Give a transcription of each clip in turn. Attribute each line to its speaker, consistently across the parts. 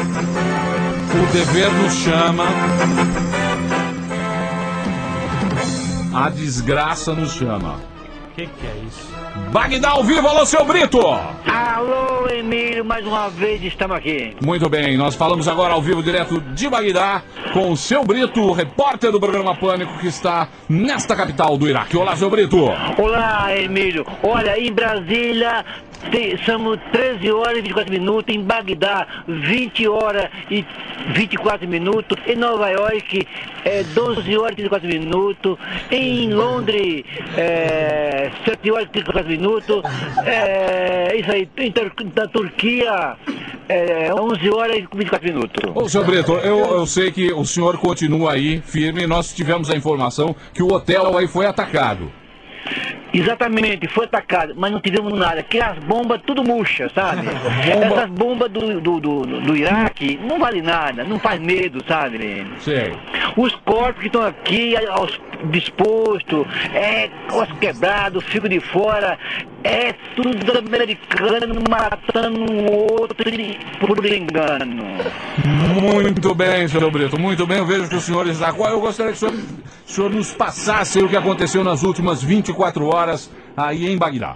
Speaker 1: O dever nos chama. A desgraça nos chama.
Speaker 2: Que que é isso?
Speaker 1: Bagdá ao vivo, alô, seu Brito!
Speaker 3: Alô, Emílio, mais uma vez estamos aqui.
Speaker 1: Muito bem, nós falamos agora ao vivo, direto de Bagdá, com o seu Brito, o repórter do programa Pânico, que está nesta capital do Iraque. Olá, seu Brito!
Speaker 3: Olá, Emílio. Olha, em Brasília, tem, são 13 horas e 24 minutos, em Bagdá, 20 horas e 24 minutos, em Nova York, é, 12 horas e 34 minutos, em Londres, é, 7 horas e 34 minutos, é, isso aí, em, na Turquia, é, 11 horas e 24 minutos.
Speaker 1: Ô, seu Brito, eu, eu sei que o senhor continua aí firme, nós tivemos a informação que o hotel aí foi atacado.
Speaker 3: Exatamente, foi atacado, mas não tivemos nada. Que as bombas tudo murcha, sabe? Bomba... Essas bombas do, do, do, do Iraque não vale nada, não faz medo, sabe?
Speaker 1: Sim.
Speaker 3: Os corpos que estão aqui aos, disposto, é osso quebrado, fico de fora, é tudo americano matando um outro por engano.
Speaker 1: Muito bem, senhor Brito, muito bem. Eu vejo que o senhor está. Eu gostaria que o senhor, o senhor nos passasse o que aconteceu nas últimas 24 horas horas aí em Bagdá.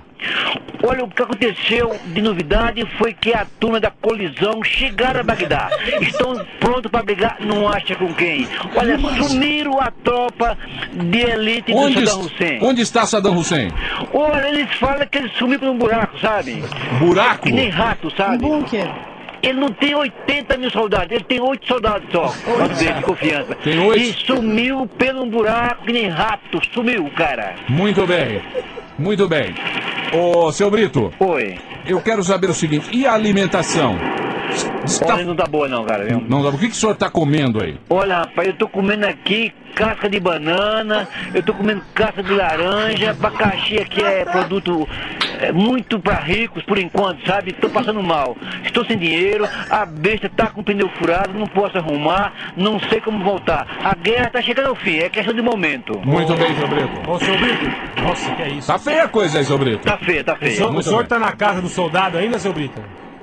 Speaker 3: Olha, o que aconteceu de novidade foi que a turma da colisão chegaram a Bagdá. Estão prontos para brigar, não acha com quem. Olha, sumiram a tropa de elite
Speaker 1: Onde
Speaker 3: do Saddam Hussein.
Speaker 1: Onde está Saddam Hussein?
Speaker 3: Olha, eles falam que ele sumiu por um buraco, sabe?
Speaker 1: Buraco?
Speaker 3: Que nem rato, sabe?
Speaker 4: Um bunker.
Speaker 3: Ele não tem 80 mil soldados, ele tem 8 soldados só. Dele, de confiança.
Speaker 1: Tem 8?
Speaker 3: E sumiu pelo um buraco que nem rato, sumiu, cara.
Speaker 1: Muito bem, muito bem. Ô, seu Brito.
Speaker 3: Oi.
Speaker 1: Eu quero saber o seguinte, e a alimentação?
Speaker 3: Está... Olha, não tá boa não, cara. Viu?
Speaker 1: Não tá O que, que o senhor tá comendo aí?
Speaker 3: Olha, rapaz, eu tô comendo aqui casca de banana, eu tô comendo casca de laranja, abacaxi aqui é produto é, muito para ricos por enquanto, sabe? Tô passando mal. Estou sem dinheiro, a besta tá com o pneu furado, não posso arrumar, não sei como voltar. A guerra tá chegando ao fim, é questão de momento.
Speaker 1: Muito oh, bem, seu Brito.
Speaker 2: Ô, seu é Brito. Nossa, que é isso?
Speaker 1: Tá feia a coisa aí, seu Brito.
Speaker 3: Tá feia, tá feia.
Speaker 2: O senhor, o senhor tá na casa do soldado ainda, seu Brito?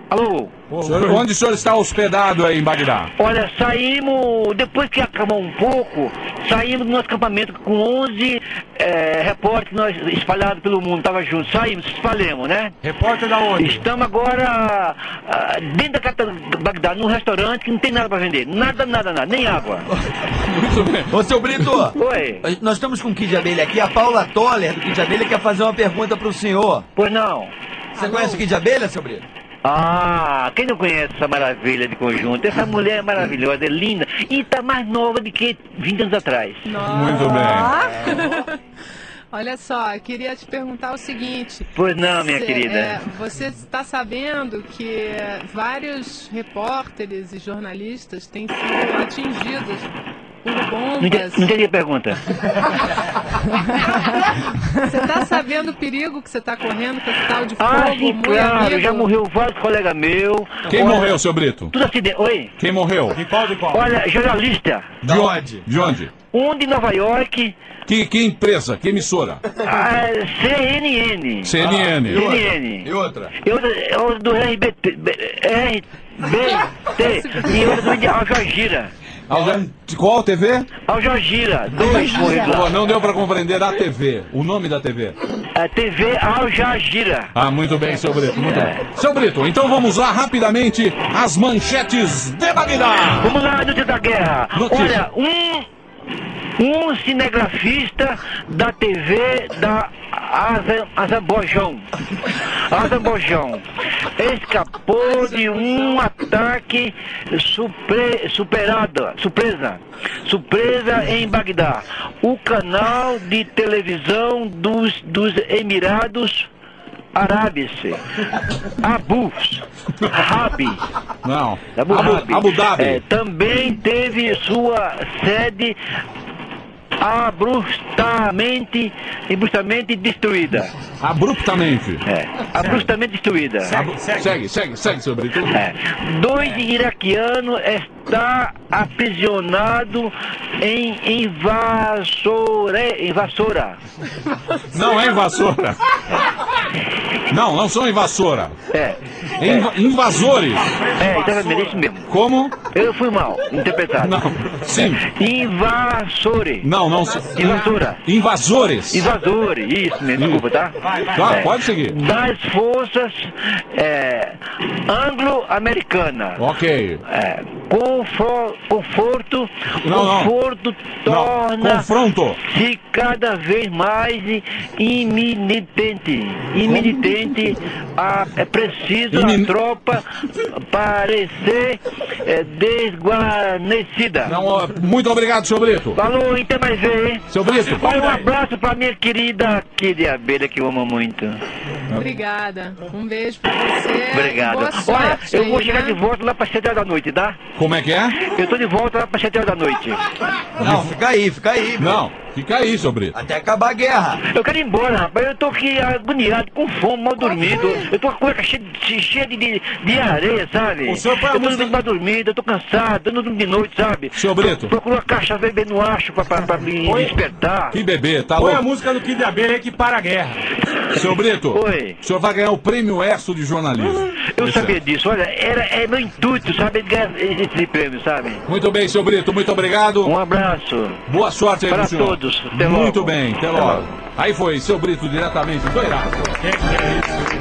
Speaker 3: Alô?
Speaker 1: O senhor, onde o senhor está hospedado aí em Bagdá?
Speaker 3: Olha, saímos, depois que acabou um pouco, saímos do nosso acampamento com 11 é, repórteres nós, espalhados pelo mundo, tava junto, saímos, espalhamos, né?
Speaker 2: Repórter da onde?
Speaker 3: Estamos agora ah, dentro da capital de Bagdá, num restaurante que não tem nada para vender, nada, nada, nada, nem água.
Speaker 5: Muito bem. Ô, seu Brito.
Speaker 3: Oi.
Speaker 5: Nós estamos com o Kid Abelha aqui, a Paula Toller do Kid Abelha quer fazer uma pergunta para o senhor.
Speaker 3: Pois não.
Speaker 5: Você Alô? conhece o Kid Abelha, seu Brito?
Speaker 3: Ah, quem não conhece essa maravilha de conjunto? Essa mulher é maravilhosa, é linda e tá mais nova do que 20 anos atrás.
Speaker 4: Nossa.
Speaker 1: Muito bem.
Speaker 4: Olha só, queria te perguntar o seguinte.
Speaker 3: Pois não, minha
Speaker 4: Cê,
Speaker 3: querida.
Speaker 4: é, você está sabendo que É, vários repórteres e jornalistas têm sido atingidos por
Speaker 3: Não entendi,
Speaker 4: bombas.
Speaker 3: não entendi a pergunta.
Speaker 4: Você está sabendo o perigo que você está correndo com esse tal de fogo?
Speaker 3: Ah, sim,
Speaker 4: muito
Speaker 3: claro,
Speaker 4: amigo?
Speaker 3: já morreu vários colegas meus.
Speaker 1: Quem
Speaker 3: Olha,
Speaker 1: morreu, seu Brito?
Speaker 3: Tudo acidente. Oi?
Speaker 1: Quem morreu?
Speaker 2: De qual, de qual?
Speaker 3: Olha, jornalista,
Speaker 1: De onde? De onde?
Speaker 3: um de Nova York, ah,
Speaker 1: Que, que empresa? Que emissora?
Speaker 3: a CNN.
Speaker 1: CNN.
Speaker 3: CNN.
Speaker 5: E outra?
Speaker 3: Eu, eu do RBT. RBT. E eu do Al Jazeera.
Speaker 1: Al Jazeera. Qual TV?
Speaker 3: Al Jazeera. Dois,
Speaker 1: Pô, não deu pra compreender a TV, o nome da TV.
Speaker 3: É TV Al Jazeera.
Speaker 1: Ah, muito bem, seu Brito, muito bem. Seu Brito, então vamos lá rapidamente as manchetes de Bagdá.
Speaker 3: Vamos lá, notícia da guerra.
Speaker 1: Notícia.
Speaker 3: Olha, um. Um cinegrafista da TV da Aze- Azerbaijão. Azerbaijão escapou de um ataque supre, superada, surpresa, surpresa em Bagdá. O canal de televisão dos, dos Emirados Árabes, Abu Rabi.
Speaker 1: Não.
Speaker 3: Abu, Dhabi.
Speaker 1: Abu Dhabi.
Speaker 3: É, também teve sua sede abruptamente, abruptamente destruída.
Speaker 1: Abruptamente.
Speaker 3: É, abruptamente destruída. É.
Speaker 1: Abu- Segue, segue, segue, seu Brito.
Speaker 3: Dois iraquianos está aprisionado em, em, Vassoure- em Vassoura.
Speaker 1: Não é invasora. Não, não são invasora.
Speaker 3: É.
Speaker 1: Inva- invasores.
Speaker 3: É, exatamente, isso mesmo.
Speaker 1: Como?
Speaker 3: Eu fui mal interpretado.
Speaker 1: Não, sim.
Speaker 3: Invasore.
Speaker 1: Não, não. são-
Speaker 3: Invasora.
Speaker 1: Invasores.
Speaker 3: Invasores, isso mesmo, desculpa, tá?
Speaker 1: Tá, pode seguir.
Speaker 3: Das forças é, anglo-americanas.
Speaker 1: Ok.
Speaker 3: É, confo- conforto,
Speaker 1: Não, não.
Speaker 3: conforto torna
Speaker 1: Confronto.
Speaker 3: se cada vez mais iminente. Iminente a- é preciso a tropa parecer é, desguarnecida.
Speaker 1: Não, ó, muito obrigado, seu Brito.
Speaker 3: Falou, até mais ver, hein?
Speaker 1: Seu Brito,
Speaker 3: Olha, um abraço pra minha querida querida abelha que eu amo muito.
Speaker 4: Obrigada. Um beijo pra você.
Speaker 3: Obrigado.
Speaker 4: Boa
Speaker 3: Olha,
Speaker 4: sorte
Speaker 3: eu
Speaker 4: aí,
Speaker 3: vou chegar
Speaker 4: né?
Speaker 3: de volta lá pra 7 horas da noite, tá?
Speaker 1: Como é que é?
Speaker 3: Eu tô de volta lá pra 7 horas da noite.
Speaker 1: Não, fica aí, fica aí. Não, fica aí, seu Brito.
Speaker 3: Até acabar a guerra. Eu quero ir embora, rapaz. Eu tô aqui ah, agoniado, com fome, mal dormido. Eu tô com a cueca cheia, de- cheia de, de, de areia, sabe?
Speaker 1: O senhor põe a
Speaker 3: eu tô
Speaker 1: música-
Speaker 3: dormindo mal dormido, eu tô cansado, eu não durmo de noite, sabe?
Speaker 1: Seu Brito.
Speaker 3: Procuro uma caixa de bebê, não acho, pra, pra, pra me despertar.
Speaker 1: Que bebê, tá
Speaker 2: Põe a
Speaker 1: louco?
Speaker 2: música do Kid de Abelha que para a guerra.
Speaker 1: Seu Brito,
Speaker 3: Oi.
Speaker 1: o senhor vai ganhar o prêmio ESSO de jornalismo.
Speaker 3: Hum, Eu
Speaker 1: Esse é.
Speaker 3: sabia disso, olha, era, é meu intuito, sabe? Ganhar esse prêmio, sabe?
Speaker 1: Muito bem, seu Brito, muito obrigado.
Speaker 3: Um abraço.
Speaker 1: Boa sorte aí
Speaker 3: Para
Speaker 1: pro senhor.
Speaker 3: todos. Até logo.
Speaker 1: Muito bem, até logo. Aí foi, seu Brito, diretamente do Iraque.